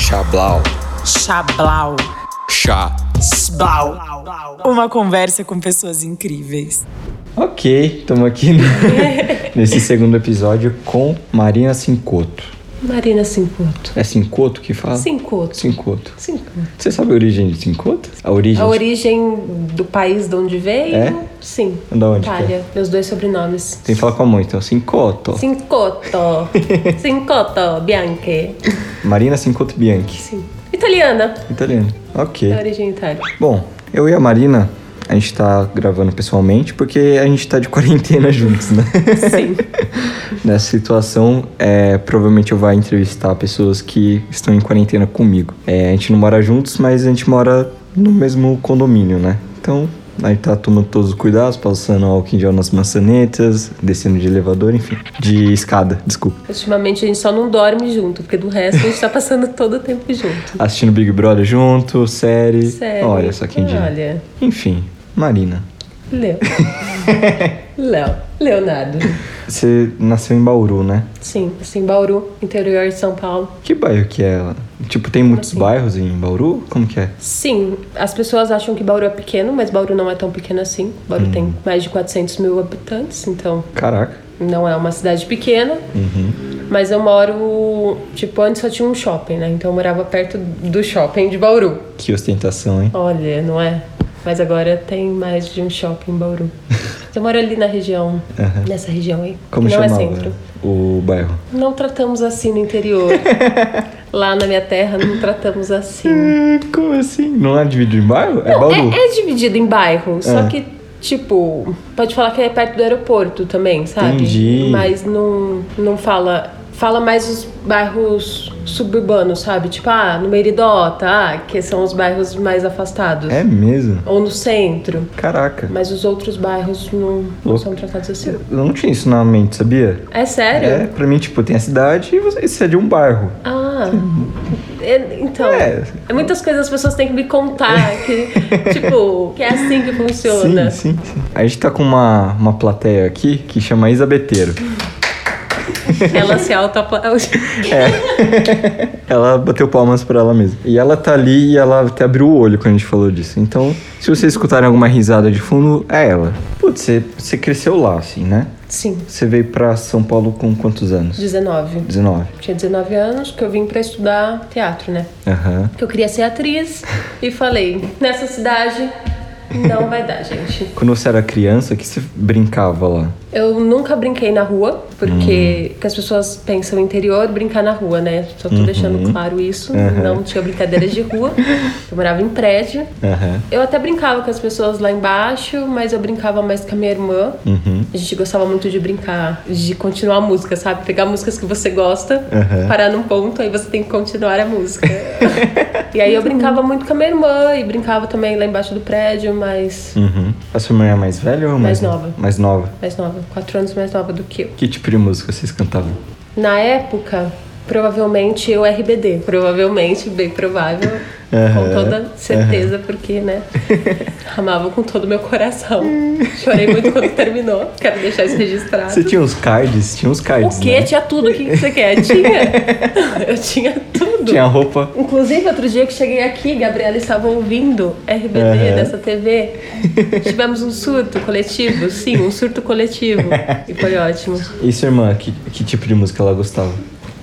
Chablau. Chablau. Chá. Sblau. Uma conversa com pessoas incríveis. Ok, estamos aqui no- nesse segundo episódio com Marina Cincoto. Marina Cincoto. É Cincoto que fala? Cincoto. Cincoto. Cincoto. Você sabe a origem de Cincoto? A origem? A de- origem do país de onde veio? É? Sim. Da onde que é? Itália. Meus dois sobrenomes. Tem que falar com a mãe, então. Cincoto. Cincoto. Cincoto Bianche. Marina Cincoto Bianchi. Sim. Italiana. Italiana. É Ok. a origem itália. Bom, eu e a Marina, a gente tá gravando pessoalmente porque a gente tá de quarentena juntos, né? Sim. Nessa situação, é, provavelmente eu vou entrevistar pessoas que estão em quarentena comigo. É, a gente não mora juntos, mas a gente mora no mesmo condomínio, né? Então, a gente tá tomando todos os cuidados, passando álcool em gel nas maçanetas, descendo de elevador, enfim. De escada, desculpa. Ultimamente a gente só não dorme junto, porque do resto a gente tá passando todo o tempo junto. Assistindo Big Brother junto, série. Sério. Olha só quem diria. É, Olha. Enfim, Marina. Leo. Léo. Leonardo. Você nasceu em Bauru, né? Sim, assim, Bauru, interior de São Paulo. Que bairro que é? ela? Tipo, tem muitos assim? bairros em Bauru? Como que é? Sim, as pessoas acham que Bauru é pequeno, mas Bauru não é tão pequeno assim. Bauru tem mais de 400 mil habitantes, então Caraca. não é uma cidade pequena. Mas eu moro. Tipo, antes só tinha um shopping, né? Então eu morava perto do shopping de Bauru. Que ostentação, hein? Olha, não é? Mas agora tem mais de um shopping em Bauru. Eu moro ali na região, nessa região aí. Como não chamava é centro. o bairro? Não tratamos assim no interior. Lá na minha terra, não tratamos assim. Como assim? Não é dividido em bairro? é Bauru. É, é dividido em bairro, só Ah. que, tipo, pode falar que é perto do aeroporto também, sabe? Entendi. Mas não, não fala. Fala mais os bairros suburbanos, sabe? Tipo, ah, no Meridota, ah, que são os bairros mais afastados. É mesmo? Ou no centro. Caraca. Mas os outros bairros não, não Louco. são tratados assim. Eu não tinha isso na mente, sabia? É sério? É, pra mim, tipo, tem a cidade e você, isso é de um bairro. Ah, é- então. É. Muitas coisas as pessoas têm que me contar que, tipo, que é assim que funciona. Sim, sim, sim. A gente tá com uma, uma plateia aqui que chama Isabeteiro. Ela se auto Ela bateu palmas pra ela mesma. E ela tá ali e ela até abriu o olho quando a gente falou disso. Então, se vocês escutarem alguma risada de fundo, é ela. Putz, você, você cresceu lá, assim, né? Sim. Você veio pra São Paulo com quantos anos? 19. 19. Tinha 19 anos que eu vim pra estudar teatro, né? Aham. Que eu queria ser atriz e falei, nessa cidade não vai dar, gente. Quando você era criança, o que você brincava lá? Eu nunca brinquei na rua, porque que as pessoas pensam interior brincar na rua, né? Só tô deixando claro isso, não tinha brincadeiras de rua. Eu morava em prédio. Aham. Eu até brincava com as pessoas lá embaixo, mas eu brincava mais com a minha irmã. A gente gostava muito de brincar, de continuar a música, sabe? Pegar músicas que você gosta, parar num ponto, aí você tem que continuar a música. e aí eu brincava muito com a minha irmã e brincava também lá embaixo do prédio, mas Uhum. A sua irmã é mais velha ou mais, Mais nova. Mais nova. mais nova, quatro anos mais nova do que eu. Que tipo de música vocês cantavam? Na época, provavelmente eu RBD. Provavelmente, bem provável. Com toda certeza, porque, né? Amava com todo o meu coração. Chorei muito quando terminou. Quero deixar isso registrado. Você tinha os cards? Tinha os cards, O quê? né? Tinha tudo. O que que você quer? Tinha? Eu tinha tudo. Tinha roupa. Inclusive, outro dia que cheguei aqui, Gabriela estava ouvindo RBD Aham. nessa TV. Tivemos um surto coletivo, sim, um surto coletivo. E foi ótimo. E sua irmã, que, que tipo de música ela gostava?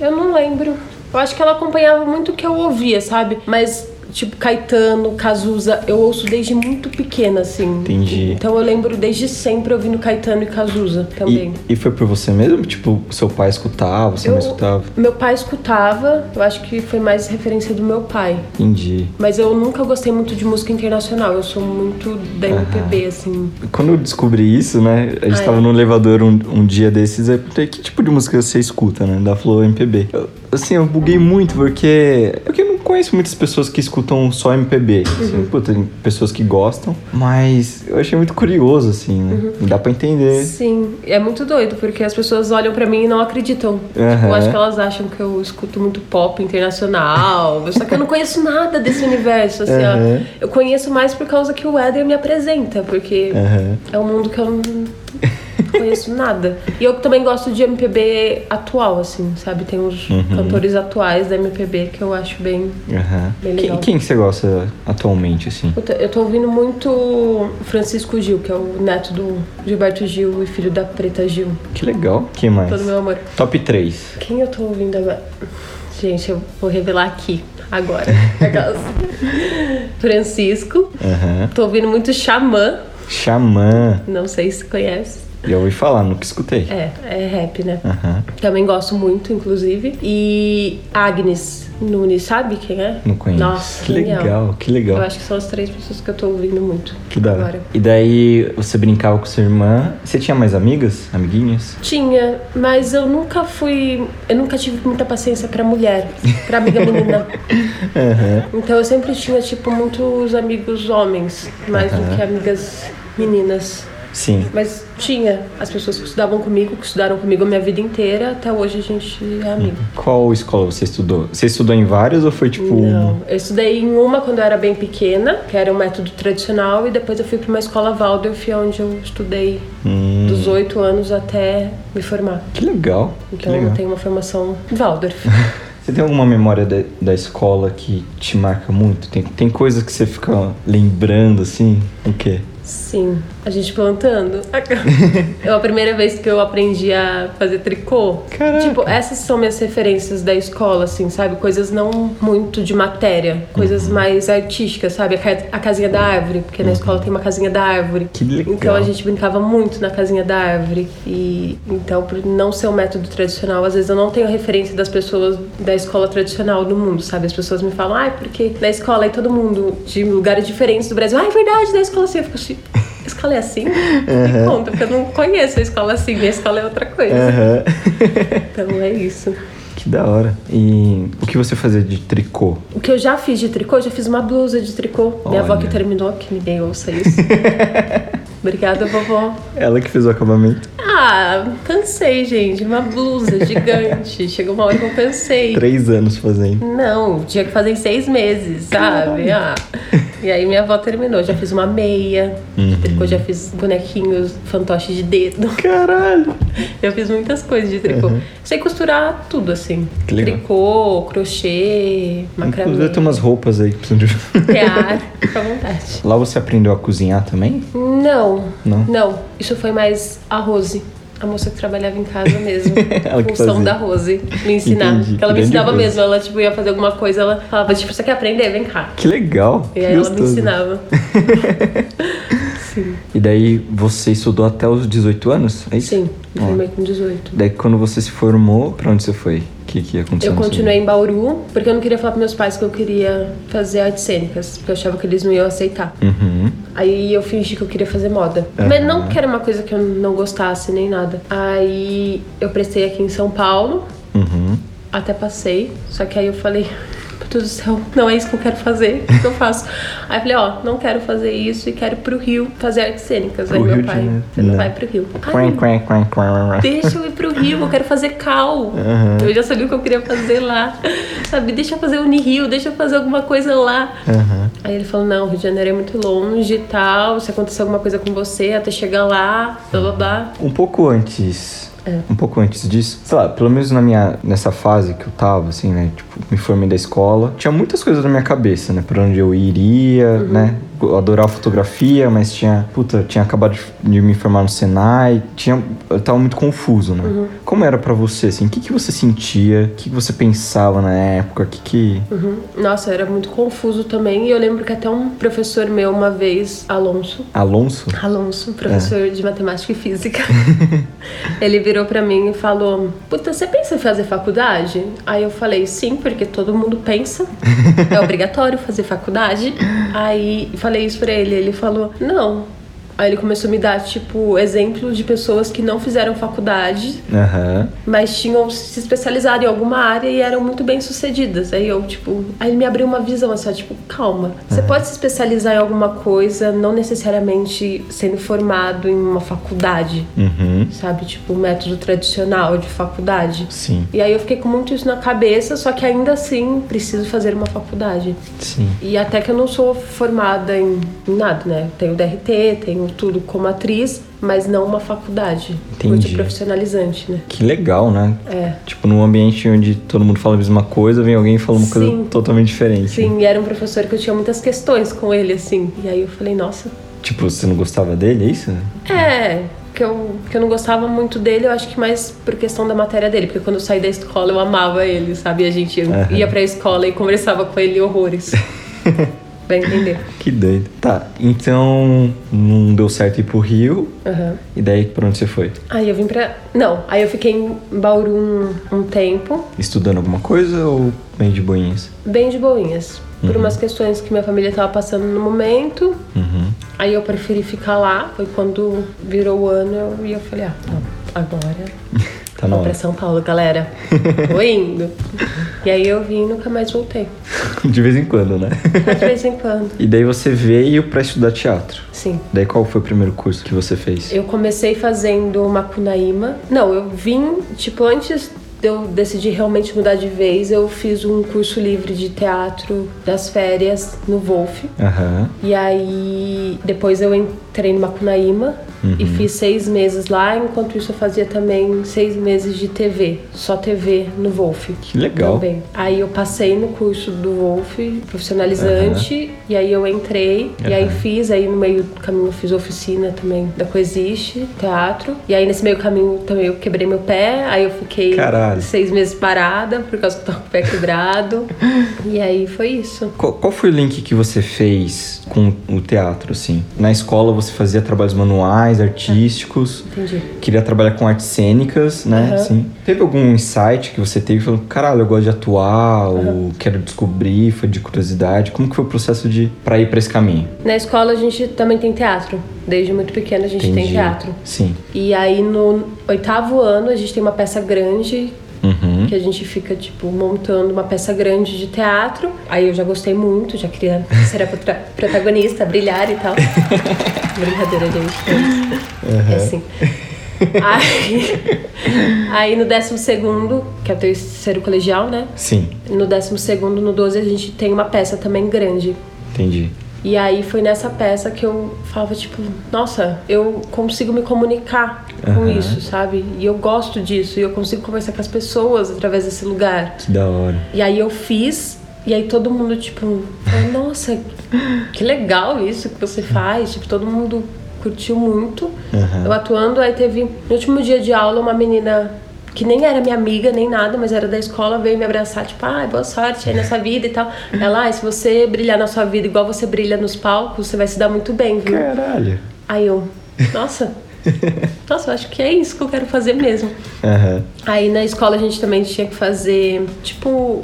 Eu não lembro. Eu acho que ela acompanhava muito o que eu ouvia, sabe? Mas, tipo, Caetano, Cazuza, eu ouço desde muito pequena, assim. Entendi. Então eu lembro desde sempre ouvindo Caetano e Cazuza também. E, e foi por você mesmo? Tipo, seu pai escutava, você não Eu- escutava? Meu pai escutava, eu acho que foi mais referência do meu pai. Entendi. Mas eu nunca gostei muito de música internacional, eu sou muito da MPB, assim. Quando eu descobri isso, né? A gente Ah, é. tava no elevador um, um dia desses, eu perguntei que tipo de música você escuta, né? Da Flow MPB. Eu- assim, eu buguei muito porque. Porque eu não conheço muitas pessoas que escutam só MPB. Assim, Uhum. puta, tem pessoas que gostam, mas eu achei muito curioso, assim, né? Dá pra entender. Uhum. Sim, é muito doido, porque as pessoas olham pra mim e não acreditam. Tipo, eu Aham. acho que elas acham que eu escuto muito pop internacional, só que eu não conheço nada desse universo, assim, Aham. ó. Eu conheço mais por causa que o Éder me apresenta, porque Aham. é um mundo que eu não- conheço nada. E eu também gosto de MPB atual, assim, sabe? Tem uns Uhum. cantores atuais da MPB que eu acho bem. Aham. Bem Quem- legal. quem que você gosta atualmente, assim? Puta, Eu tô ouvindo muito Francisco Gil, que é o neto do Gilberto Gil e filho da Preta Gil. é Que legal. Quem mais? Todo meu amor. Top 3. Quem eu tô ouvindo agora? Gente, eu vou revelar aqui, agora. Aquelas. Francisco. Aham. Tô ouvindo muito Xamã. Xamã. Não sei se conhece. Já ouvi falar, nunca escutei. É, é rap, né? Aham. Também gosto muito, inclusive. E Agnes Nunes, sabe quem é? Não conheço. Nossa, que genial. legal, que Eu legal. acho que são as três pessoas que eu tô ouvindo muito. Que da hora. agora. E daí você brincava com sua irmã. Você tinha mais amigas? Amiguinhas? Tinha, mas eu nunca fui. Eu nunca tive muita paciência pra mulher, pra amiga menina. Então eu sempre tinha, tipo, muitos amigos homens, mais do que amigas meninas. Sim. Mas tinha as pessoas que estudavam comigo, que estudaram comigo a minha vida inteira, até hoje a gente é amigo. Qual escola você estudou? Você estudou em várias ou foi tipo. Não, eu estudei em uma quando eu era bem pequena, que era um método tradicional, e depois eu fui pra uma escola Waldorf, onde eu estudei Hum, dos oito anos até me formar. que legal. que Então eu legal. tenho uma formação Waldorf. Você tem alguma memória da- da escola que te marca muito? Tem, tem coisas que você fica lembrando assim? O quê? Sim, a gente plantando. É a primeira vez que eu aprendi a fazer tricô. Caraca. Tipo, essas são minhas referências da escola, assim, sabe? Coisas não muito de matéria, Uhum. coisas mais artísticas, sabe? A, ca- a casinha da árvore, porque na escola tem uma casinha da árvore. Que legal. Então a gente brincava muito na casinha da árvore. E então, por não ser um método tradicional, às vezes eu não tenho referência das pessoas da escola tradicional do mundo, sabe? As pessoas me falam, ai, porque na escola é todo mundo de lugares diferentes do Brasil. Ai, é verdade, da escola assim. Eu fico assim, a escola é assim? Me conta, porque eu não conheço a escola assim, minha escola é outra coisa. Aham. Então é isso. que da hora. E o que você fazia de tricô? O que eu já fiz de tricô, eu já fiz uma blusa de tricô. Minha avó que Olha. terminou, que ninguém ouça isso. Obrigada, vovó. Ela que fez o acabamento. Ah, cansei, gente. Uma blusa gigante. Chegou uma hora que eu cansei. Três anos fazendo. Não, tinha que fazer em seis meses, sabe? Ah. E aí minha avó terminou. Já fiz uma meia, Uhum. de tricô, já fiz bonequinhos, fantoche de dedo. Caralho! Eu fiz muitas coisas de tricô. Sei costurar tudo, assim. Uhum. Que legal. Tricô, crochê, macramê, Inclusive tem umas roupas aí que precisam de. tear, fica à vontade. Lá você aprendeu a cozinhar também? Não, Não? Isso foi mais a Rose. A moça que trabalhava em casa mesmo. Ela que função fazia. da Rose. Me ensinar. Entendi. Porque ela me Grande ensinava Rose. mesmo. Ela, tipo, ia fazer alguma coisa, ela falava, tipo, você quer aprender? Vem cá. Que legal! E aí que ela me gostoso. ensinava. Sim. E daí você estudou até os 18 anos? É isso? Sim. Me formei com 18. Daí quando você se formou, pra onde você foi? O que, que aconteceu? Eu na sua continuei vida? em Bauru, porque eu não queria falar pros meus pais que eu queria fazer artes cênicas, porque eu achava que eles não iam aceitar. Uhum. Aí eu fingi que eu queria fazer moda. Mas não que era uma coisa que eu não gostasse nem nada. Aí eu prestei aqui em São Paulo, Uhum. até passei, só que aí eu falei, meu Deus do céu, não é isso que eu quero fazer, o que eu faço? Aí eu falei, ó, não quero fazer isso e quero ir pro Rio fazer artes cênicas. Aí Pro meu Rio de pai, Janeiro. É. você não, Não. vai pro Rio. Quen, Ai, quen, quen, quen. deixa eu ir pro Rio, eu quero fazer cal. Eu já sabia o que eu queria fazer lá. Sabe, deixa eu fazer Unirio, deixa eu fazer alguma coisa lá. Aí ele falou, não, Rio de Janeiro é muito longe e tal, se acontecer alguma coisa com você, até chegar lá, blá blá blá. Um pouco antes. É. Um pouco antes disso, sei lá, pelo menos na minha, nessa fase que eu tava, assim, né? Tipo, me formei da escola. Tinha muitas coisas na minha cabeça, né? Pra onde eu iria, Uhum. né? Eu adorava fotografia, mas tinha. Puta, eu tinha acabado de, de me formar no Senai. Tinha, eu tava muito confuso, né? Uhum. Como era pra você, assim? O que, que você sentia? O que, que você pensava na época? O que que. Uhum. Nossa, era muito confuso também. E eu lembro que até um professor meu uma vez, Alonso, Alonso? Alonso, professor de matemática e física, ele virou pra mim e falou: Puta, você pensa em fazer faculdade? Aí eu falei: Sim, porque todo mundo pensa. É obrigatório fazer faculdade. Aí falei isso pra ele. Ele falou: Não. Aí ele começou a me dar, tipo, exemplos de pessoas que não fizeram faculdade Aham. mas tinham se especializado em alguma área e eram muito bem sucedidas. Aí eu, tipo, aí ele me abriu uma visão assim, ó, tipo, calma. Você pode se especializar em alguma coisa, não necessariamente sendo formado em uma faculdade, Uhum. sabe? Tipo, o método tradicional de faculdade. Sim, E aí eu fiquei com muito isso na cabeça, só que ainda assim preciso fazer uma faculdade. sim. E até que eu não sou formada em nada, né? Tenho DRT, tenho fazendo tudo como atriz, mas não uma faculdade. Entendi. Muito profissionalizante, né? Que legal, né? É. Tipo, num ambiente onde todo mundo fala a mesma coisa, vem alguém e fala uma coisa Sim. totalmente diferente. Sim, e era um professor que eu tinha muitas questões com ele, assim. E aí eu falei, nossa, Tipo, você não gostava dele, é isso? É, que eu, que eu não gostava muito dele, eu acho que mais por questão da matéria dele, porque quando eu saí da escola eu amava ele, sabe? A gente Aham. ia pra escola e conversava com ele horrores. Vai entender. Que doido. Tá, então não deu certo ir pro Rio. Aham. E daí pra onde você foi? Aí eu vim pra. Não, aí eu fiquei em Bauru um, um tempo, Estudando alguma coisa ou meio de boinhas? bem de boinhas. Por umas questões que minha família tava passando no momento. Aí eu preferi ficar lá. Foi quando virou o ano eu- e eu falei, ah, não, agora Tá na Vou pra hora. São Paulo, galera. Tô indo. E aí eu vim e nunca mais voltei. De vez em quando, né? De vez em quando. e daí você veio pra estudar teatro. Sim. Daí qual foi o primeiro curso que você fez? Eu comecei fazendo Macunaíma. Não, eu vim, tipo, antes de eu decidir realmente mudar de vez, eu fiz um curso livre de teatro das férias no Wolf. Aham. E aí, depois eu entrei no Macunaíma e Uhum. fiz seis meses lá. Enquanto isso, eu fazia também seis meses de TV, só TV no Wolf. Que legal. Também. Aí eu passei no curso do Wolf, profissionalizante, e aí eu entrei, e aí Aham. fiz, aí no meio do caminho eu fiz oficina também da Coexiste, teatro. E aí nesse meio caminho também eu quebrei meu pé, aí eu fiquei Caralho. seis meses parada, por causa que eu tava com o pé quebrado. e aí foi isso. Qual, qual foi o link que você fez com o teatro, assim? Na escola você fazia trabalhos manuais, artísticos. Entendi. Queria trabalhar com artes cênicas, né? Aham. Assim. Teve algum insight que você teve e falou, caralho, eu gosto de atuar, ou quero descobrir, foi de curiosidade. Como que foi o processo de pra ir pra esse caminho? Na escola a gente também tem teatro. Desde muito pequena a gente tem teatro. Sim. E aí no oitavo ano a gente tem uma peça grande Uhum. que a gente fica tipo montando uma peça grande de teatro. Aí eu já gostei muito, já queria ser a prota- protagonista, brilhar e tal. Brincadeira, gente. É assim. Aí, aí no décimo segundo, que é o terceiro colegial, né? Sim, No décimo segundo, no 12, a gente tem uma peça também grande. entendi. E aí foi nessa peça que eu falava, tipo, nossa, eu consigo me comunicar com Aham. isso, sabe? E eu gosto disso, e eu consigo conversar com as pessoas através desse lugar. Que da hora. E aí eu fiz, e aí todo mundo, tipo, falou, nossa, que legal isso que você faz. Tipo, todo mundo curtiu muito. Aham. Eu atuando, aí teve, no último dia de aula, uma menina que nem era minha amiga, nem nada, mas era da escola, veio me abraçar, tipo, ai, boa sorte aí na sua vida e tal. Ela, ai, se você brilhar na sua vida igual você brilha nos palcos, você vai se dar muito bem, viu? Caralho. Aí eu, nossa, nossa, eu acho que é isso que eu quero fazer mesmo. Aham. Aí na escola a gente também tinha que fazer, tipo,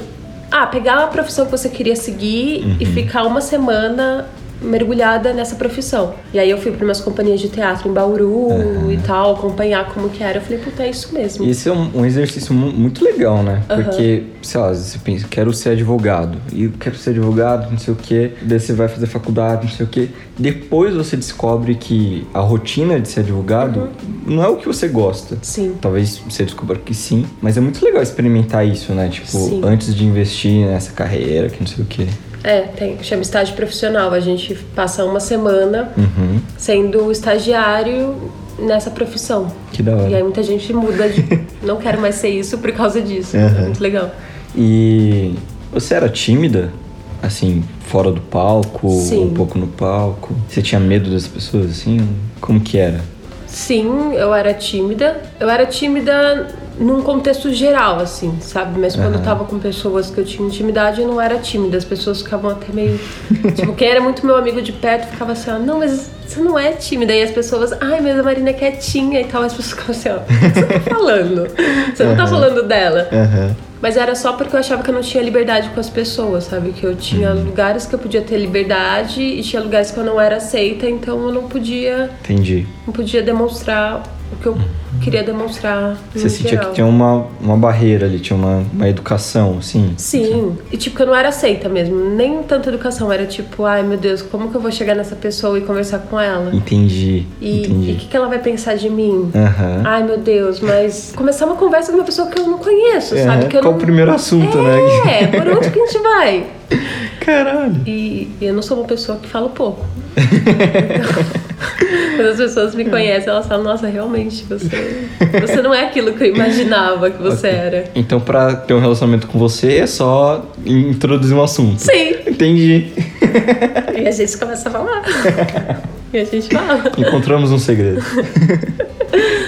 ah, pegar a profissão que você queria seguir e Uhum. ficar uma semana mergulhada nessa profissão. E aí eu fui para umas companhias de teatro em Bauru e tal, acompanhar como que era. Eu falei, puta, é isso mesmo. E esse é um, um exercício mu- muito legal, né? Porque, sei lá, às vezes você pensa, quero ser advogado. E quero ser advogado, não sei o quê. Daí você vai fazer faculdade, não sei o quê. Depois você descobre que a rotina de ser advogado não é o que você gosta. Uhum. Sim. Talvez você descubra que sim. Mas é muito legal experimentar isso, né? Tipo, Sim. antes de investir nessa carreira, que não sei o quê. É, tem, chama estágio profissional. A gente passa uma semana Uhum. sendo estagiário nessa profissão. Que da hora. E aí muita gente muda de não quero mais ser isso por causa disso. É Aham. muito legal. E você era tímida? Assim, fora do palco, Sim. ou um pouco no palco? Você tinha medo das pessoas, assim? Como que era? Sim, eu era tímida. Eu era tímida num contexto geral, assim, sabe? Mas quando eu tava com pessoas que eu tinha intimidade, eu não era tímida. As pessoas ficavam até meio. tipo, quem era muito meu amigo de perto ficava assim, ó, não, mas você não é tímida. E as pessoas, ai, mas a Marina é quietinha e tal. As pessoas ficavam assim, ó, o que você tá falando? Você não tá falando dela. Aham. Mas era só porque eu achava que eu não tinha liberdade com as pessoas, sabe? Que eu tinha lugares que eu podia ter liberdade e tinha lugares que eu não era aceita, então eu não podia Entendi. não podia demonstrar o que eu queria demonstrar. no Você sentia geral. que tinha um uma, uma barreira ali, tinha uma, uma educação, assim? Sim, e tipo, que eu não era aceita mesmo, nem tanta educação, era tipo, ai meu Deus, como que eu vou chegar nessa pessoa e conversar com ela? Entendi, E Ah, e o entendi. que, que ela vai pensar de mim? Aham. Ai meu Deus, mas começar uma conversa com uma pessoa que eu não conheço, É, sabe? Que eu qual não... o primeiro assunto, né? É, por onde que a gente vai? É. Caralho. E, e eu não sou uma pessoa que fala pouco. Quando as pessoas me conhecem, elas falam, nossa, realmente, você, você não é aquilo que eu imaginava que você era. Então, pra ter um relacionamento com você, é só introduzir um assunto. Sim. Entendi. E a gente começa a falar. E a gente fala. Encontramos um segredo.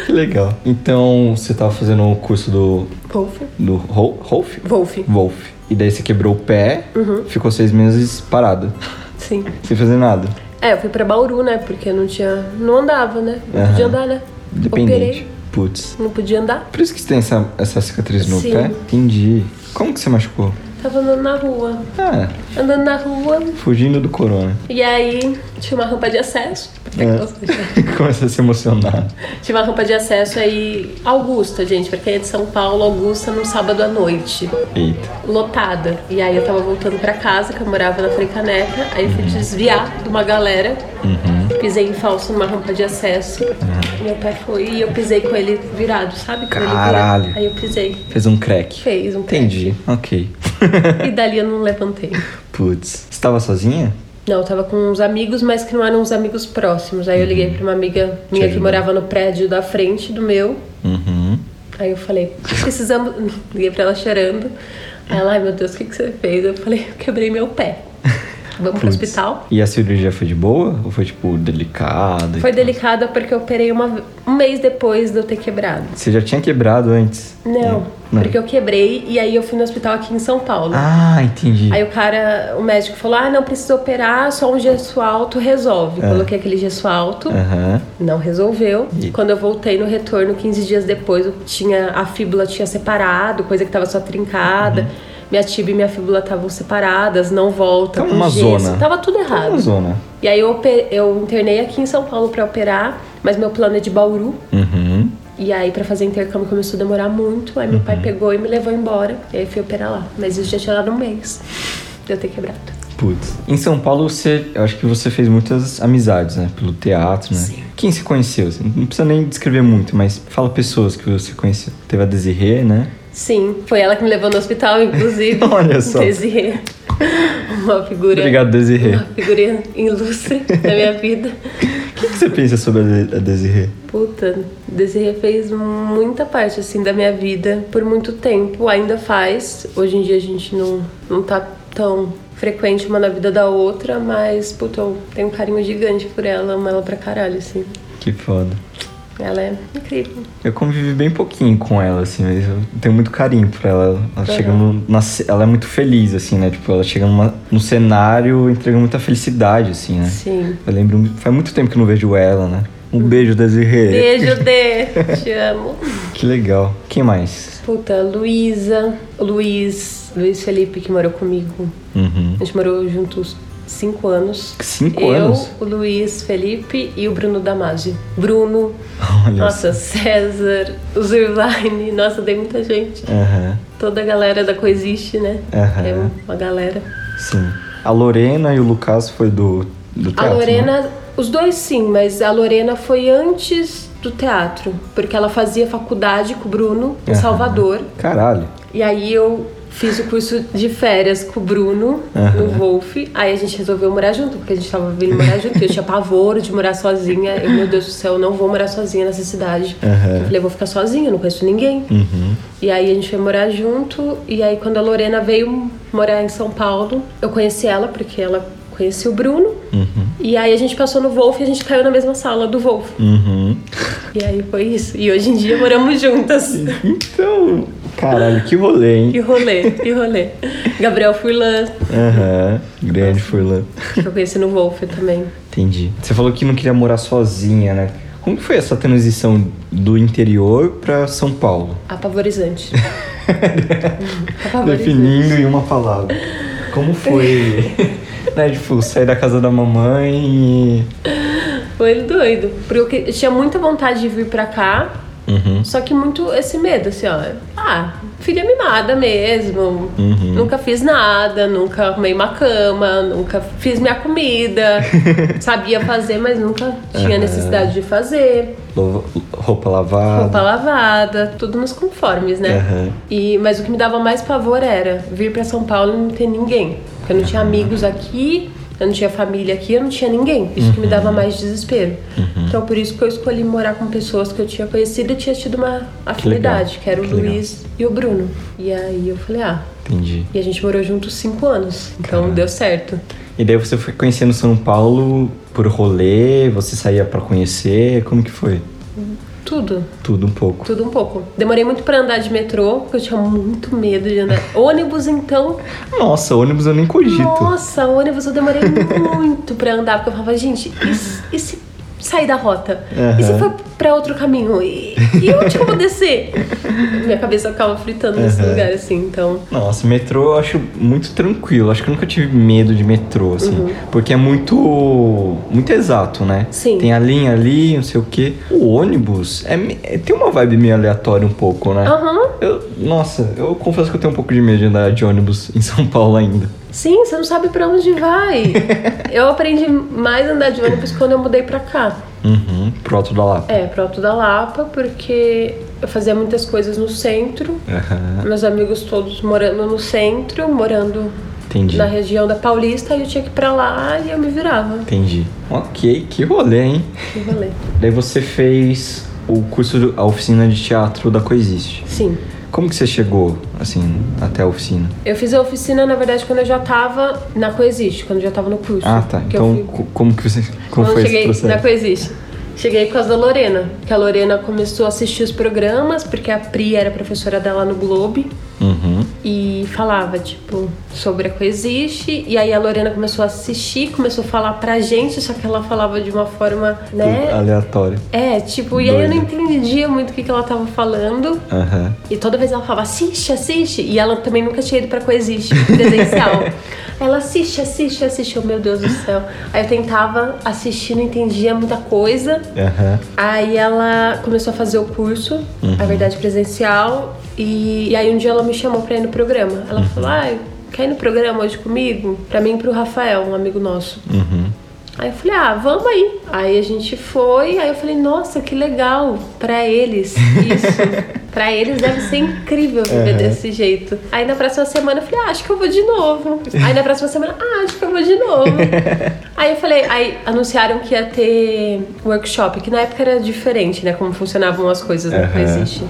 que legal. Então, você tava fazendo o curso do. Wolf. do Hol- Rolf? Wolf. Uhum. Wolf. E daí você quebrou o pé, ficou seis meses parado, Sim. sem fazer nada. É, eu fui pra Bauru, né? Porque não tinha. Não andava, né? Não Aham. podia andar, né? Dependente. Operei, Putz. não podia andar. Por isso que você tem essa, essa cicatriz no Sim. pé? Entendi. Como que você machucou? Tava andando na rua. Ah, Andando na rua. fugindo do corona. E aí tinha uma rampa de acesso. É. Começa a se emocionar. Tinha uma rampa de acesso aí. Augusta, gente, pra quem é de São Paulo, Augusta num sábado à noite. Eita. Lotada. E aí eu tava voltando pra casa, que eu morava na Frei Caneca. Aí eu Uhum. fui desviar de uma galera. Pisei em falso numa rampa de acesso. Uhum. Meu pé foi e eu pisei com ele virado, sabe? Com ele virado. Caralho. Aí eu pisei. Fez um crack. Fez um pé. Entendi. Ok. E dali eu não levantei. Putz. Você tava sozinha? Não, eu tava com uns amigos, mas que não eram uns amigos próximos. Aí eu liguei Uhum. pra uma amiga minha que ajudou. morava no prédio da frente do meu. Uhum. Aí eu falei, precisamos. Liguei pra ela chorando. Aí ela, ai meu Deus, o que, que você fez? Eu falei, eu quebrei meu pé. Vamos pro Putz. hospital. E a cirurgia foi de boa? Ou foi, tipo, delicada? e Foi tal? delicada porque eu operei uma- um mês depois de eu ter quebrado. Você já tinha quebrado antes? Não, Hum. Não. porque eu quebrei e aí eu fui no hospital aqui em São Paulo. Ah, entendi. Aí o cara, o médico falou: ah, não precisa operar, só um gesso alto resolve. É. Coloquei aquele gesso alto. Aham. Não resolveu. E- Quando eu voltei no retorno, 15 dias depois, eu tinha a fíbula tinha separado, coisa que tava só trincada. Minha tibia e minha fíbula estavam separadas, não volta. Uhum. Tava com Então, uma gesso. zona. Tava tudo errado. Uma zona. E aí eu, ope- eu internei aqui em São Paulo pra operar, mas meu plano é de Bauru. Uhum. E aí pra fazer intercâmbio começou a demorar muito. Aí meu pai pegou e me levou embora. E aí fui operar lá. Mas isso já tinha dado um mês de eu ter quebrado. Putz. Em São Paulo, você, eu acho que você fez muitas amizades, né? Pelo teatro, né? Sim. Quem se conheceu? Assim, Não precisa nem descrever muito, mas fala pessoas que você conheceu. Teve a Desirê, né? Sim, foi ela que me levou no hospital, inclusive. Olha só. Desirê. Uma figura. Obrigado, Desirê. Uma figura ilustre da minha vida. O que, que você pensa sobre a De- a Desirê? Puta, Desirê fez muita parte, assim, da minha vida por muito tempo. Ainda faz. Hoje em dia a gente não, não tá tão frequente uma na vida da outra, mas, puta, eu tenho um carinho gigante por ela. Amo ela pra caralho, assim. Que foda. Ela é incrível. Eu convivi bem pouquinho com ela, assim, mas eu tenho muito carinho por ela. Ela, chega no, na ce- ela é muito feliz, assim, né? Tipo, ela chega numa, no cenário entrega muita felicidade, assim, né? Sim. Hum. Eu lembro, faz muito tempo que eu não vejo ela, né? Um beijo, Desirê. Beijo, Dê. Te amo. Que legal. Quem mais? Puta, Luísa, Luiz, Luiz Felipe, que morou comigo. Uhum. A gente morou juntos cinco anos. Cinco Eu, anos? o Luiz Felipe e o Bruno Damasi. Bruno, Olha nossa, César, o Zirvine, nossa, tem muita gente. Aham, Toda a galera da Coexiste, né? Aham. É uma galera. sim. A Lorena e o Lucas foi do, do teatro, a né? Lorena, os dois sim, mas a Lorena foi antes do teatro, porque ela fazia faculdade com o Bruno em Aham. Salvador. Caralho. E aí eu fiz o curso de férias com o Bruno, no Wolf. Aí a gente resolveu morar junto, porque a gente tava vindo morar junto. Eu tinha pavor de morar sozinha. Eu, meu Deus do céu, eu não vou morar sozinha nessa cidade. Eu falei, eu vou ficar sozinha, eu não conheço ninguém. E aí a gente foi morar junto. E aí quando a Lorena veio morar em São Paulo, eu conheci ela, porque ela conhecia o Bruno. E aí a gente passou no Wolf e a gente caiu na mesma sala do Wolf. Uhum. E aí foi isso. E hoje em dia moramos juntas. Então, caralho, que rolê, E hein? rolê, e rolê. Gabriel Furlan, Aham, grande Furlan. que eu conheci no Wolf também. Entendi. Você falou que não queria morar sozinha, né? Como que foi essa transição do interior pra São Paulo? Apavorizante. Apavorizante. Definindo em uma palavra. Como foi? né, tipo, sair da casa da mamãe e... Foi doido. Porque eu tinha muita vontade de vir pra cá, Uhum. só que muito esse medo, assim, ó. Ah, filha mimada mesmo. Nunca fiz nada, nunca arrumei uma cama, nunca fiz minha comida. Sabia fazer, mas nunca tinha necessidade de fazer. Lova- Roupa lavada. Roupa lavada, tudo nos conformes, né? Ah. Aham. E, mas o que me dava mais pavor era vir pra São Paulo e não ter ninguém. Porque eu não tinha amigos aqui, Eu não tinha família aqui, eu não tinha ninguém. Isso Uhum. que me dava mais desespero. Então, por isso que eu escolhi morar com pessoas que eu tinha conhecido e tinha tido uma afinidade, legal, que, era o que legal. Luiz e o Bruno. E aí eu falei, ah. Entendi. E a gente morou juntos cinco anos. Então deu certo. E daí você foi conhecendo São Paulo por rolê, você saía pra conhecer, como que foi? Tudo, Tudo um pouco. tudo um pouco. Demorei muito pra andar de metrô, porque eu tinha muito medo de andar. ônibus, então. Nossa, ônibus eu nem cogito. Nossa, ônibus eu demorei muito pra andar, porque eu falava, gente, e, se- e se sair da rota? E se Aham. for pra outro caminho? E, e onde que eu vou descer? Minha cabeça ficava fritando nesse Aham. lugar, assim, então. Nossa, metrô eu acho muito tranquilo. Acho que eu nunca tive medo de metrô, assim. Uhum. Porque é muito. muito exato, né? Sim. Tem a linha ali, não sei o quê. O ônibus é, me- é- tem uma vibe meio aleatória um pouco, né? Aham. Eu, nossa, eu confesso que eu tenho um pouco de medo de andar de ônibus em São Paulo ainda. Sim, você não sabe pra onde vai. eu aprendi mais a andar de ônibus quando eu mudei pra cá. Uhum. Pro alto da Lapa. É, pro Alto da Lapa, porque eu fazia muitas coisas no centro. Aham. Meus amigos todos morando no centro, morando Entendi. na região da Paulista, e eu tinha que ir pra lá e eu me virava. Entendi. Ok, que rolê, hein? Que rolê. Daí você fez o curso, do- a oficina de teatro da Coexiste. Sim. Como que você chegou, assim, até a oficina? Eu fiz a oficina, na verdade, quando eu já tava na Coexiste, quando eu já tava no curso. Ah, tá. Que Então, eu fui- co- como que você. Como quando foi cheguei esse na processo? Coexiste. Cheguei por causa da Lorena, que a Lorena começou a assistir os programas, porque a Pri era professora dela no Globo. Uhum. e falava, tipo, sobre a Coexiste. E aí a Lorena começou a assistir, começou a falar pra gente, só que ela falava de uma forma, né? Aleatório. É, tipo, e aí eu não Doida. entendia muito o que, que ela tava falando. Aham. E toda vez ela falava, assiste, assiste. E ela também nunca tinha ido pra Coexiste presencial. ela assiste, assiste, assiste. Eu, meu Deus do céu. Aí eu tentava assistir, não entendia muita coisa. Aham. Aí ela começou a fazer o curso, a verdade presencial, e, e aí um dia ela me chamou pra ir no programa. Ela falou, ai, quer ir no programa hoje comigo? Pra mim e pro Rafael, um amigo nosso. Uhum. Aí eu falei, ah, vamos aí. Aí a gente foi, aí eu falei, nossa, que legal, pra eles, isso. pra eles deve ser incrível viver Uhum. desse jeito. Aí na próxima semana eu falei, ah, acho que eu vou de novo. Aí na próxima semana, ah, acho que eu vou de novo. aí eu falei, aí anunciaram que ia ter workshop, que na época era diferente, né, como funcionavam as coisas né, que Uhum. existe.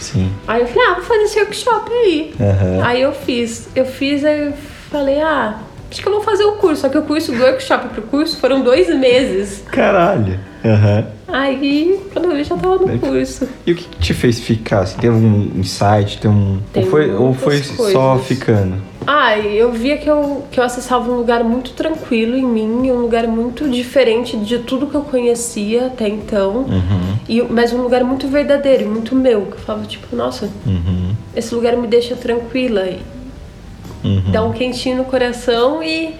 Sim. Aí eu falei, ah, vou fazer esse workshop aí. Aham. Aí eu fiz. Eu fiz, aí eu falei, ah, acho que eu vou fazer o curso. Só que o curso do workshop pro curso foram dois meses. Caralho. Aham. Aí, quando eu vi, já tava no curso. E o que, que te fez ficar? Assim, teve um insight? Tem um. Tem ou foi, ou foi muitas só coisas. ficando? Ah, e eu via que eu, que eu acessava um lugar muito tranquilo em mim, um lugar muito diferente de tudo que eu conhecia até então. Uhum. E, mas um lugar muito verdadeiro, muito meu. Que eu falava, tipo, nossa, Uhum. esse lugar me deixa tranquila. E Uhum. dá um quentinho no coração e.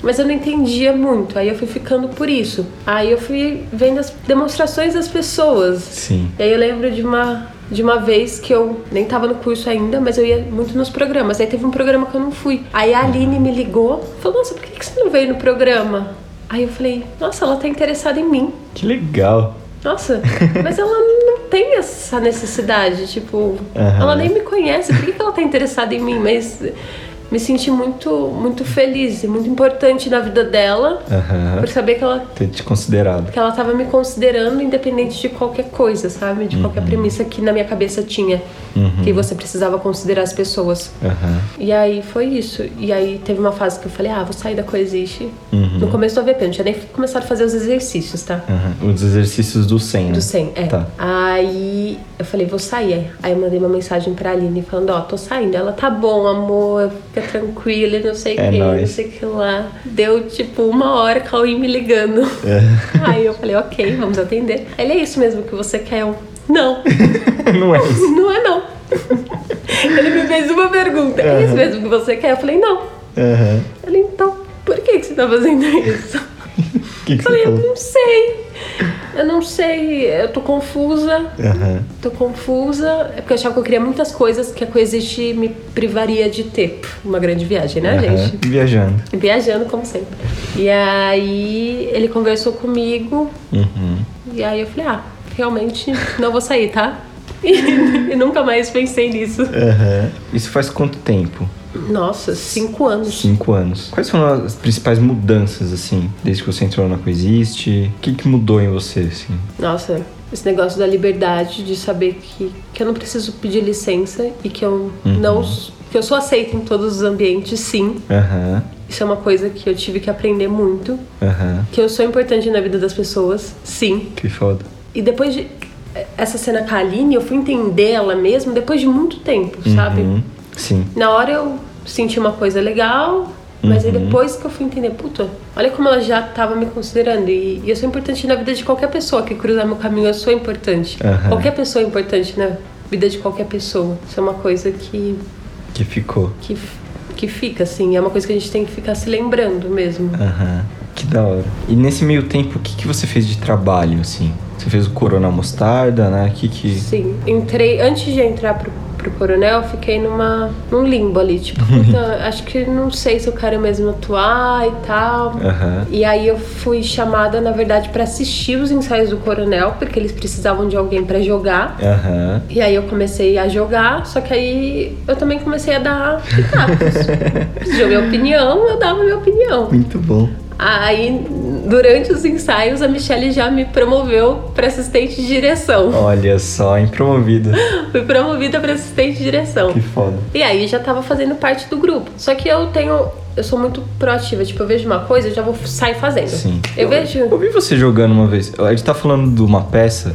Mas eu não entendia muito, aí eu fui ficando por isso. Aí eu fui vendo as demonstrações das pessoas. Sim. E aí eu lembro de uma, de uma vez que eu nem tava no curso ainda, mas eu ia muito nos programas. Aí teve um programa que eu não fui. Aí a Aline me ligou, falou: Nossa, por que que você não veio no programa? Aí eu falei: Nossa, ela tá interessada em mim. Que legal. Nossa, mas ela não tem essa necessidade, tipo, ela nem me conhece, por que, que ela tá interessada em mim? Mas me senti muito, muito feliz e muito importante na vida dela Aham. por saber que ela, Ter te considerado. que ela tava me considerando independente de qualquer coisa, sabe? De qualquer premissa que na minha cabeça tinha, que você precisava considerar as pessoas. Aham. E aí foi isso. E aí teve uma fase que eu falei, ah, vou sair da Coexiste. No começo do AVP, não tinha nem começado a fazer os exercícios, tá? Aham. Os exercícios do 100, né? Do 100, é. Tá. Aí eu falei, vou sair. Aí eu mandei uma mensagem pra Aline falando, ó, tô saindo. Ela, tá bom, amor, fica tranquila, e não sei o É que, não nóis. sei o que lá. Deu tipo uma hora, Cauim me ligando. É. Aí eu falei, ok, vamos atender. Ele, é isso mesmo que você quer? Eu, não, Não é isso. não é não. Ele me fez uma pergunta, é isso mesmo que você quer? Eu falei, não. Aham. Ele, então, por que, que você tá fazendo isso? O que, que Eu falei, você eu falou? não sei. Eu não sei, eu tô confusa. Aham. Tô confusa, é porque eu achava que eu queria muitas coisas que a Coexiste me privaria de ter. Pff, Uma grande viagem, né, Aham. gente? Viajando. Viajando, como sempre. E aí ele conversou comigo, Uhum. e aí eu falei, ah, realmente não vou sair, tá? e, e nunca mais pensei nisso. Aham. Isso faz quanto tempo? Nossa, cinco anos. Cinco anos. Quais foram as principais mudanças, assim, desde que você entrou na Coexiste? O que, que mudou em você, assim? Nossa, esse negócio da liberdade, de saber que, que eu não preciso pedir licença e que eu não. que eu sou aceita em todos os ambientes, sim. Aham, Isso é uma coisa que eu tive que aprender muito. aham. Que eu sou importante na vida das pessoas, sim. Que foda. E depois de. Essa cena com a Aline, eu fui entender ela mesmo depois de muito tempo, sabe? Uhum. Sim. Na hora eu senti uma coisa legal, mas Uhum. aí depois que eu fui entender, puta, olha como ela já tava me considerando. E, e eu sou importante na vida de qualquer pessoa que cruzar meu caminho, eu sou importante. Aham. Qualquer pessoa é importante na vida de qualquer pessoa. Isso é uma coisa que, Que ficou. que, que fica, assim. É uma coisa que a gente tem que ficar se lembrando mesmo. Aham. Que da hora. E nesse meio tempo, o que, que você fez de trabalho, assim? Você fez o Corona Mostarda, né? O que que... Sim, entrei. Antes de entrar pro, pro coronel, eu fiquei numa, num limbo ali. Tipo, puta, acho que não sei se eu quero mesmo atuar e tal. Aham. E aí eu fui chamada, na verdade, pra assistir os ensaios do coronel, porque eles precisavam de alguém pra jogar. Aham. E aí eu comecei a jogar, só que aí eu também comecei a dar pitacos. Joguei opinião, eu dava minha opinião. Muito bom. Aí, durante os ensaios, a Michelle já me promoveu pra assistente de direção. Olha só, hein? Promovido. Fui promovida pra assistente de direção. Que foda. E aí já tava fazendo parte do grupo. Só que eu tenho. Eu sou muito proativa. Tipo, eu vejo uma coisa, eu já vou sair fazendo. Sim. Eu vejo. Eu vi você jogando uma vez. A gente tá falando de uma peça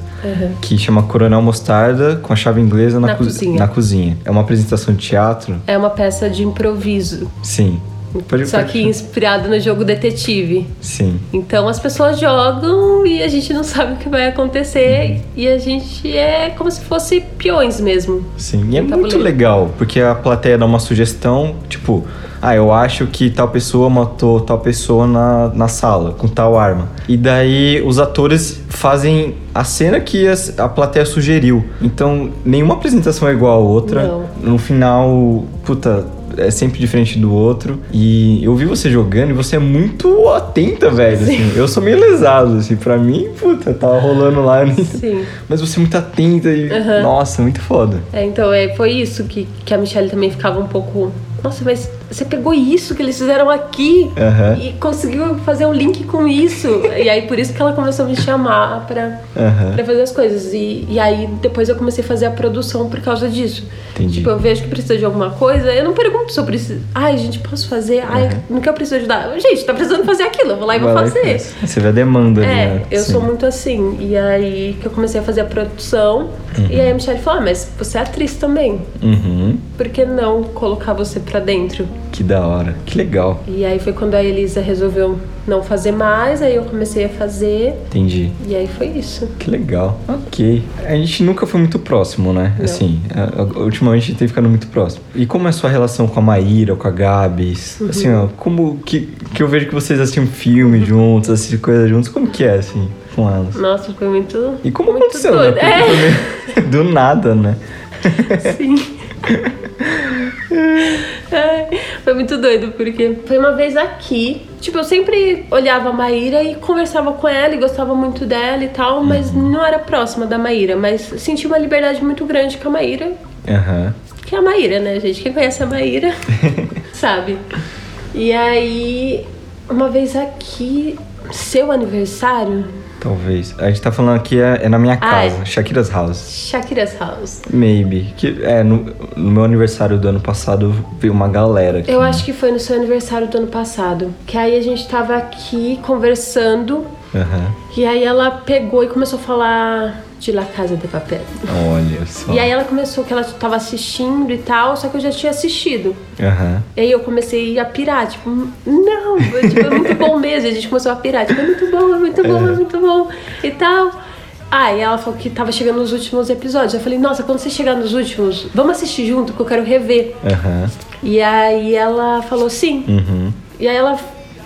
que chama Coronel Mostarda com a chave inglesa na, Na cozi- cozinha. na cozinha. É uma apresentação de teatro? É uma peça de improviso. Sim. Pode, Só pode- que inspirado no jogo detetive. Sim. Então as pessoas jogam e a gente não sabe o que vai Uhum. acontecer. E a gente é como se fosse peões mesmo. Sim, e é Um muito tabuleiro. legal, porque a plateia dá uma sugestão, tipo, ah, eu acho que tal pessoa matou tal pessoa na, na sala, com tal arma. E daí os atores fazem a cena que as- a plateia sugeriu. Então, nenhuma apresentação é igual a outra. Não. No final, puta, é sempre diferente do outro. E eu vi você jogando e você é muito atenta, velho. assim. eu sou meio lesado, assim, pra mim, puta, tava rolando lá. eu nem- Sim. Mas você é muito atenta e, nossa, muito foda. É, então é, foi isso que, que a Michelle também ficava um pouco. Nossa, mas você pegou isso que eles fizeram aqui Aham. e conseguiu fazer um link com isso. e aí por isso que ela começou a me chamar pra, Aham. pra fazer as coisas. E, e aí depois eu comecei a fazer a produção por causa disso. Entendi. Tipo, eu vejo que precisa de alguma coisa, eu não pergunto se eu preciso. Ai, gente, posso fazer? Ai, no que eu preciso ajudar? Eu, Gente, tá precisando fazer aquilo, eu vou lá e vou Vai lá e fazer. faz. Você vê a demanda ali, É, né? eu Sim. sou muito assim. E aí que eu comecei a fazer a produção. E aí a Michelle falou: ah, mas você é atriz também. Uhum. Por que não colocar você pra dentro? Que da hora. Que legal. E aí foi quando a Elisa resolveu não fazer mais, aí eu comecei a fazer. Entendi. E aí foi isso. Que legal. Ok. A gente nunca foi muito próximo, né? Não. Assim, a- a- ultimamente a gente tem ficado muito próximo. E como é a sua relação com a Maíra, ou com a Gabs? Uhum. Assim, ó, como que, que eu vejo que vocês assistem filme juntos, assistem coisas juntos. Como que é, assim, com elas? Nossa, foi muito. E como muito aconteceu, doido. né? Porque foi meio- Do nada, né? É, sim. Ai, foi muito doido, porque foi uma vez aqui. Tipo, eu sempre olhava a Maíra e conversava com ela e gostava muito dela e tal, mas não era próxima da Maíra. Mas senti uma liberdade muito grande com a Maíra, Aham. que é a Maíra, né, gente? Quem conhece a Maíra sabe. E aí, uma vez aqui, seu aniversário, Talvez. A gente tá falando aqui é, é na minha Ai. casa, Shakira's House. Shakira's House. Maybe. Que, é, no, no meu aniversário do ano passado veio uma galera aqui. Eu acho que foi no seu aniversário do ano passado. Que aí a gente tava aqui conversando, Aham. e aí ela pegou e começou a falar de La Casa de Papel. Olha só. E aí ela começou que ela tava assistindo e tal, só que eu já tinha assistido. Aham. E aí eu comecei a pirar, tipo, não, tipo, é muito bom mesmo. E a gente começou a pirar, tipo, é muito bom, é muito bom, é muito bom e tal. Aí ela falou que tava chegando nos últimos episódios. Eu falei, nossa, quando você chegar nos últimos, vamos assistir junto, que eu quero rever. Aham. E aí ela falou sim. E aí ela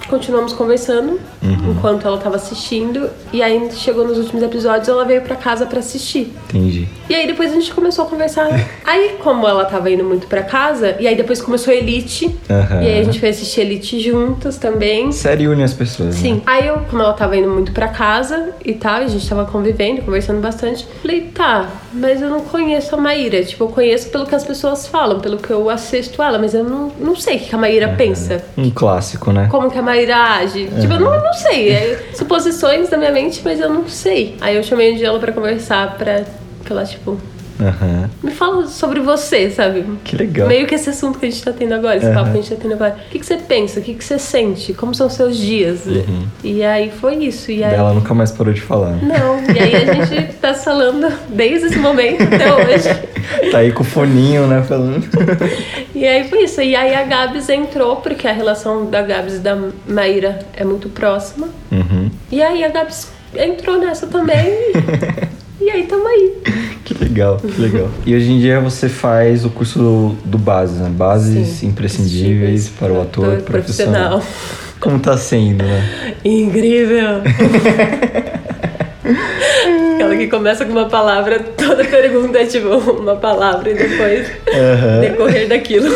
continuamos conversando enquanto ela tava assistindo. E aí chegou nos últimos episódios, ela veio pra casa pra assistir. Entendi. E aí depois a gente começou a conversar. aí, como ela tava indo muito pra casa, e aí depois começou Elite. Aham. E aí a gente foi assistir Elite juntas também. Série une as pessoas, né? Sim. Aí eu, como ela tava indo muito pra casa e tal, e a gente tava convivendo, conversando bastante, falei, tá, mas eu não conheço a Maíra. Tipo, eu conheço pelo que as pessoas falam, pelo que eu assisto ela, mas eu não, não sei o que a Maíra pensa. Um clássico, né? Como que a Maíra age? Tipo, eu não, eu não sei. É suposições da minha mente, mas eu não sei. Aí eu chamei um dia ela pra conversar, pra que ela, tipo, Aham. me fala sobre você, sabe? Que legal. Meio que esse assunto que a gente tá tendo agora, esse papo que a gente tá tendo agora. O que, que você pensa? O que, que você sente? Como são os seus dias? Uhum. E aí foi isso. E aí. Ela nunca mais parou de falar. né? Não, e aí a gente tá falando desde esse momento até hoje. Tá aí com o foninho, né? Falando. E aí foi isso. E aí a Gabs entrou, porque a relação da Gabs e da Maíra é muito próxima. Uhum. E aí a Gabs entrou nessa também. e aí tamo aí. Que legal, que legal. E hoje em dia você faz o curso do, do Bases, né? Bases Sim. imprescindíveis para o ator, profissional. Como tá sendo, né? Incrível! Aquela que começa com uma palavra, toda pergunta é tipo uma palavra e depois decorrer daquilo.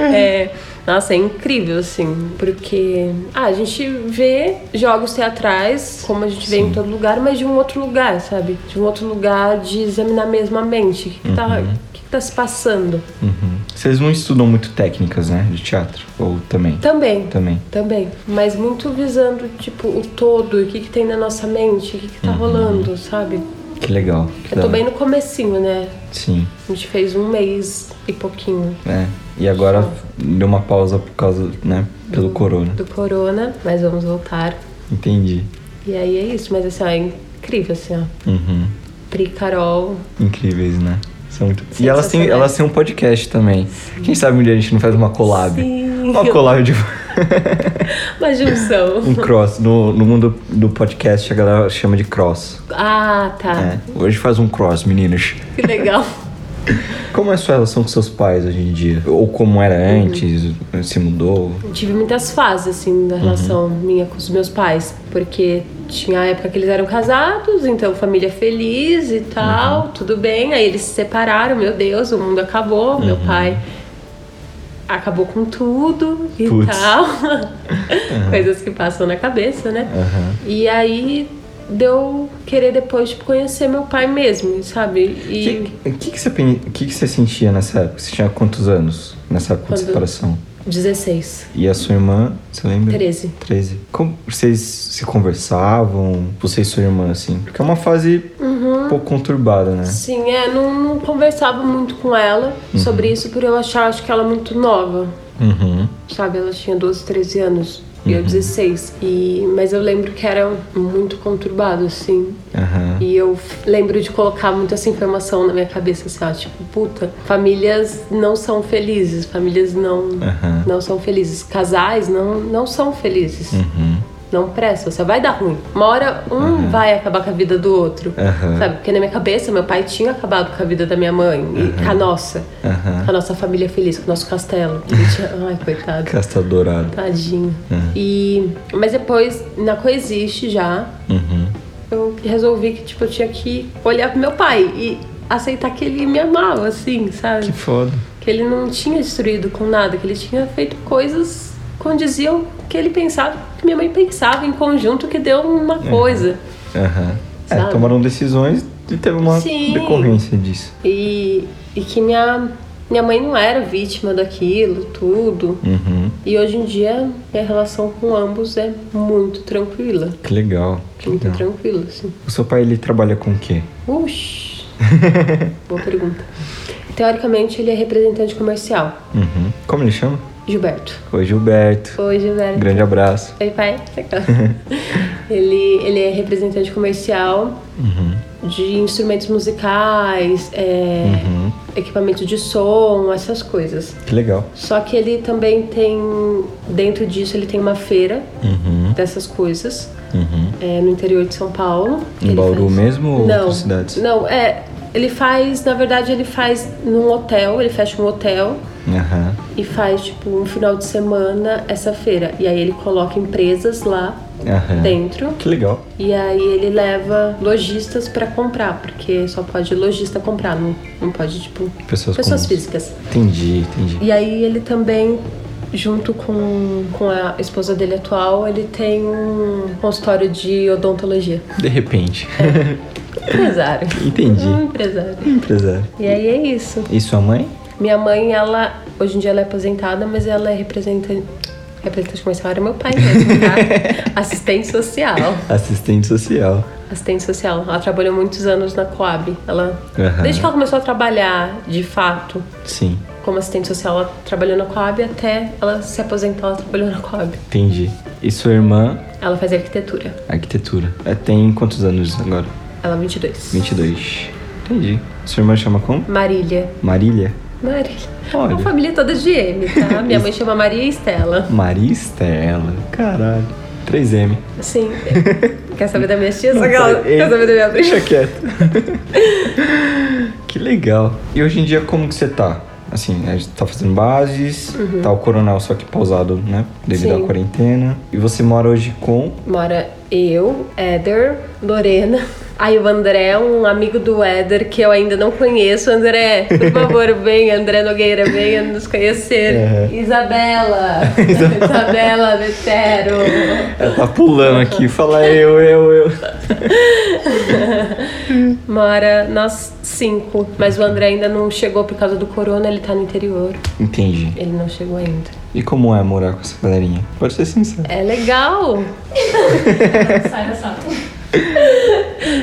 É, nossa, é incrível, assim, porque ah, a gente vê jogos teatrais, como a gente vê em todo lugar, mas de um outro lugar, sabe? De um outro lugar de examinar mesmo a mente. O que, que, tá, o que que tá se passando? Uhum. Vocês não estudam muito técnicas, né? De teatro? Ou também? Também. Também. Também, mas muito visando, tipo, o todo, o que, que tem na nossa mente, o que, que tá rolando, sabe? Que legal. Que Eu da tô hora. bem no comecinho, né? Sim. A gente fez um mês e pouquinho É. E agora deu uma pausa por causa, né? Pelo corona. do corona, mas vamos voltar. Entendi. E aí é isso, mas assim, ó, é incrível, assim, ó. Uhum. Pri Carol. Incríveis, né? São muito... E elas têm, Sensacionais. elas têm um podcast também. Quem sabe um dia a gente não faz uma collab? Sim. Uma collab de Uma junção. um cross. No, no mundo do podcast a galera chama de cross. ah, tá. né? Hoje faz um cross, meninas. Que legal. Como é a sua relação com seus pais hoje em dia? Ou como era antes? Se mudou? Tive muitas fases, assim, da relação minha com os meus pais. Porque tinha a época que eles eram casados, então família feliz e tal, tudo bem. Aí eles se separaram, meu Deus, o mundo acabou. Meu pai acabou com tudo e Putz. tal. Coisas que passam na cabeça, né? E aí deu querer depois, tipo, conhecer meu pai mesmo, sabe? O E... que, que, que, você, pen- que, que você sentia nessa época? Você tinha quantos anos nessa época de Quando- separação? 16. E a sua irmã, você lembra? 13. 13. Como vocês se conversavam? Você e sua irmã, assim? Porque é uma fase um Uhum. pouco conturbada, né? Sim, é, não, não conversava muito com ela sobre isso por eu achar acho que ela muito nova, Uhum. sabe? Ela tinha 12, 13 anos e eu 16. E, mas eu lembro que era muito conturbado, assim. Aham. E eu f- lembro de colocar muita essa informação na minha cabeça, assim, ó, tipo, puta, famílias não são felizes, famílias não, Aham. não são felizes, casais não, não são felizes. Uhum. Não presta, você vai dar ruim. Uma hora um vai acabar com a vida do outro. Aham. Sabe? Porque na minha cabeça, meu pai tinha acabado com a vida da minha mãe e com a nossa. Aham. Com a nossa família feliz, com o nosso castelo. Ele tinha- Ai, coitado. Casta dourada. Tadinho. É. E, mas depois, na Coexiste já, Uhum. eu resolvi que tipo, eu tinha que olhar pro meu pai e aceitar que ele me amava, assim, Que sabe? foda. Que ele não tinha destruído com nada, que ele tinha feito coisas condiziam que ele pensava, que minha mãe pensava em conjunto, que deu uma É. coisa. Aham. É, Sabe? tomaram decisões e teve uma Sim. decorrência disso. E, e que minha, minha mãe não era vítima daquilo, tudo. Uhum. E hoje em dia, minha relação com ambos é muito tranquila. Que legal. Que Muito legal. tranquila, assim. O seu pai, ele trabalha com o quê? Uxi! Boa pergunta. Teoricamente, ele é representante comercial. Uhum. Como ele chama? Gilberto. Oi, Gilberto. Um Oi, Gilberto. Grande abraço. Oi, pai. ele, ele é representante comercial de instrumentos musicais, é, equipamento de som, essas coisas. Que legal. Só que ele também tem, dentro disso, ele tem uma feira Uhum. dessas coisas Uhum. é, no interior de São Paulo. que Em ele Bauru faz- mesmo ou não, outras cidades? Não, é. Ele faz, na verdade, ele faz num hotel, ele fecha um hotel Aham. e faz tipo um final de semana essa feira. E aí ele coloca empresas lá Aham. dentro Que legal. e aí ele leva lojistas pra comprar, porque só pode lojista comprar, não, não pode tipo Pessoas comuns. físicas. Entendi, entendi. E aí ele também junto com, com a esposa dele atual, ele tem um consultório de odontologia. De repente. É. Empresário. Entendi. Um empresário. Empresário. E aí é isso. E sua mãe? Minha mãe, ela hoje em dia ela é aposentada, mas ela é representante, representante comercial era meu pai mesmo, tá? assistente social. Assistente social. Assistente social. Ela trabalhou muitos anos na Coab. Ela Aham. desde que ela começou a trabalhar, de fato, Sim, como assistente social, ela trabalhou na Coab até ela se aposentar, ela trabalhou na Coab. entendi. E sua irmã? Ela faz arquitetura. Arquitetura. É, tem quantos anos agora? Ela é 22. 22. Entendi. Sua irmã chama como? Marília. Marília? Marília. Olha. A família é toda de M, tá? Minha mãe chama Maria Estela. Maria Estela. é Caralho. 3M. Sim. Assim, Quer saber da minha tia? Não Aquela- sei. Quer saber da minha prima? Deixa quieto. que legal. E hoje em dia, como que você tá? Assim, a gente tá fazendo bases, tá o coronel só que pausado, né? Devido Uhum. Sim. à quarentena. E você mora hoje com... Mora eu, Éder, Lorena. Aí o André, um amigo do Éder que eu ainda não conheço. André, por favor, venha. André Nogueira, venha nos conhecer. Uhum. Isabela. Isabela Vetero. Ela tá pulando aqui, fala eu, eu, eu. Mora nós cinco. Mas o André ainda não chegou por causa do corona, ele tá no interior. Entendi. Ele não chegou ainda. E como é morar com essa galerinha? Pode ser sincero. É legal!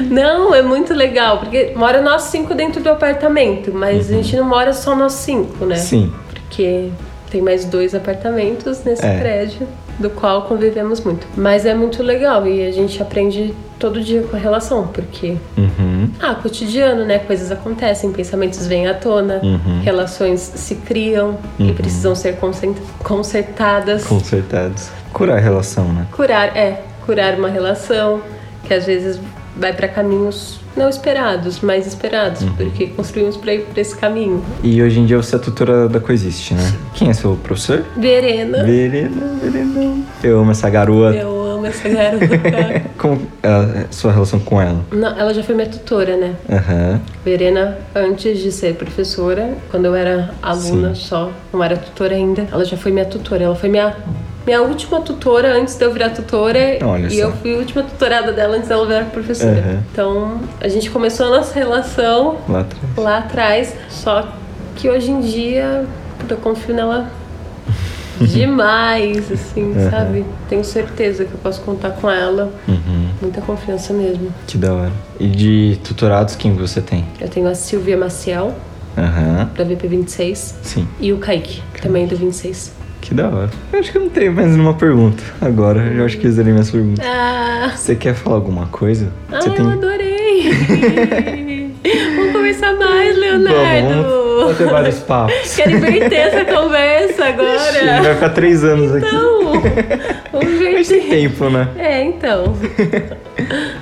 Não, é muito legal, porque mora nós cinco dentro do apartamento, mas a gente não mora só nós cinco, né? Uhum. Sim. Porque tem mais dois apartamentos nesse É. prédio, do qual convivemos muito. Mas é muito legal e a gente aprende todo dia com a relação, porque. Uhum. Ah, cotidiano, né? Coisas acontecem, pensamentos vêm à tona, Uhum. relações se criam e precisam ser concent- consertadas Consertados. Curar a relação, né? curar é curar uma relação que às vezes vai pra caminhos não esperados, mais esperados, Uhum. porque construímos pra ir pra esse caminho. E hoje em dia você é tutora da Coexiste, né? Quem é seu professor? Verena, Verena, Verena. Eu amo essa garota. eu amo essa garota. Como é a sua relação com ela? não, ela já foi minha tutora, né? Aham. Verena, antes de ser professora, quando eu era aluna só, não era tutora ainda, ela já foi minha tutora. Ela foi minha, minha última tutora antes de eu virar tutora. Olha e só. eu fui a última tutorada dela antes dela virar professora. Uhum. Então, a gente começou a nossa relação Lá atrás. lá atrás. Só que hoje em dia puta, eu confio nela Uhum. demais, assim, sabe? Tenho certeza que eu posso contar com ela. Uhum. Muita confiança mesmo. Que da hora. E de tutorados, quem você tem? Eu tenho a Silvia Maciel, Aham. da VP26, Sim. e o Kaique, também do 26. Que da hora. Eu acho que eu não tenho mais nenhuma pergunta agora. Eu acho que eu zerei minhas perguntas. Ah, Você quer falar alguma coisa? ah você eu adorei! vamos conversar mais, Vamos, vamos Leonardo! ter vários papos. Quero inverter essa conversa Ixi, Vai agora! ficar três anos aqui. Então, vamos Mas tem inverter. tempo, né? É, então.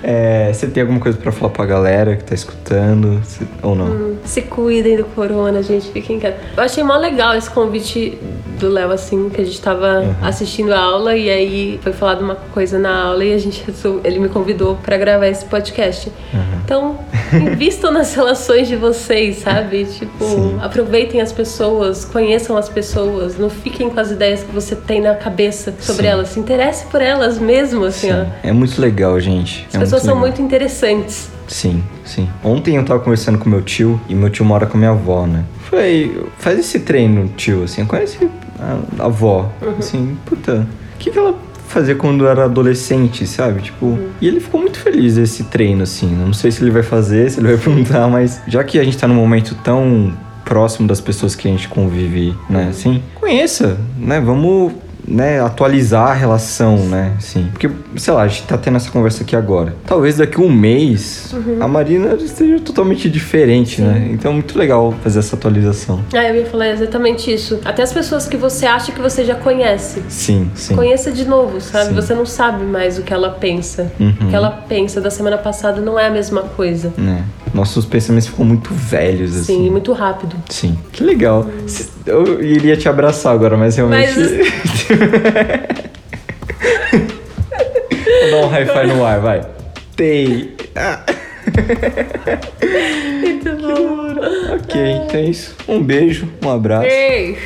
É, você tem alguma coisa pra falar pra galera que tá escutando? Você- ou não? Se cuidem do corona, gente, fiquem quietos. Eu achei mó legal esse convite do Léo, assim, que a gente tava Uhum. assistindo a aula e aí foi falado uma coisa na aula e a gente resol- ele me convidou pra gravar esse podcast. Uhum. Então, invistam nas relações de vocês, sabe? Tipo, Sim. aproveitem as pessoas, conheçam as pessoas, não fiquem com as ideias que você tem na cabeça sobre Sim. elas, se interesse por elas mesmo, assim, ó. Sim. É muito legal, gente. As É pessoas são legal. muito interessantes. Sim, sim. Ontem eu tava conversando com meu tio e meu tio mora com minha avó, né? Falei, faz esse treino, tio, assim, conhece a, a avó. Assim, puta, o que, que ela fazia quando era adolescente, sabe? Tipo, e ele ficou muito feliz desse treino, assim. Não sei se ele vai fazer, se ele vai perguntar, mas já que a gente tá num momento tão próximo das pessoas que a gente convive, né? Assim, conheça, né? Vamos né, atualizar a relação, né, assim. Porque, sei lá, a gente tá tendo essa conversa aqui agora. Talvez daqui a um mês a Marina esteja totalmente diferente, né? Então é muito legal fazer essa atualização. Ah, eu ia falar exatamente isso. Até as pessoas que você acha que você já conhece. Sim, sim. Conheça de novo, sabe? Sim. Você não sabe mais o que ela pensa. O que ela pensa da semana passada não é a mesma coisa. Né? Nossos pensamentos ficam muito velhos, assim. Sim, muito rápido. Sim. Que legal. Se- Eu iria te abraçar agora, mas realmente. Vou dar um hi-fi no ar, vai. Tem. Muito bom. Ok, então é isso. Um beijo, um abraço. Ei!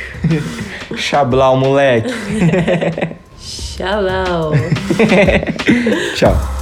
Xablau, moleque. Xalau. Tchau.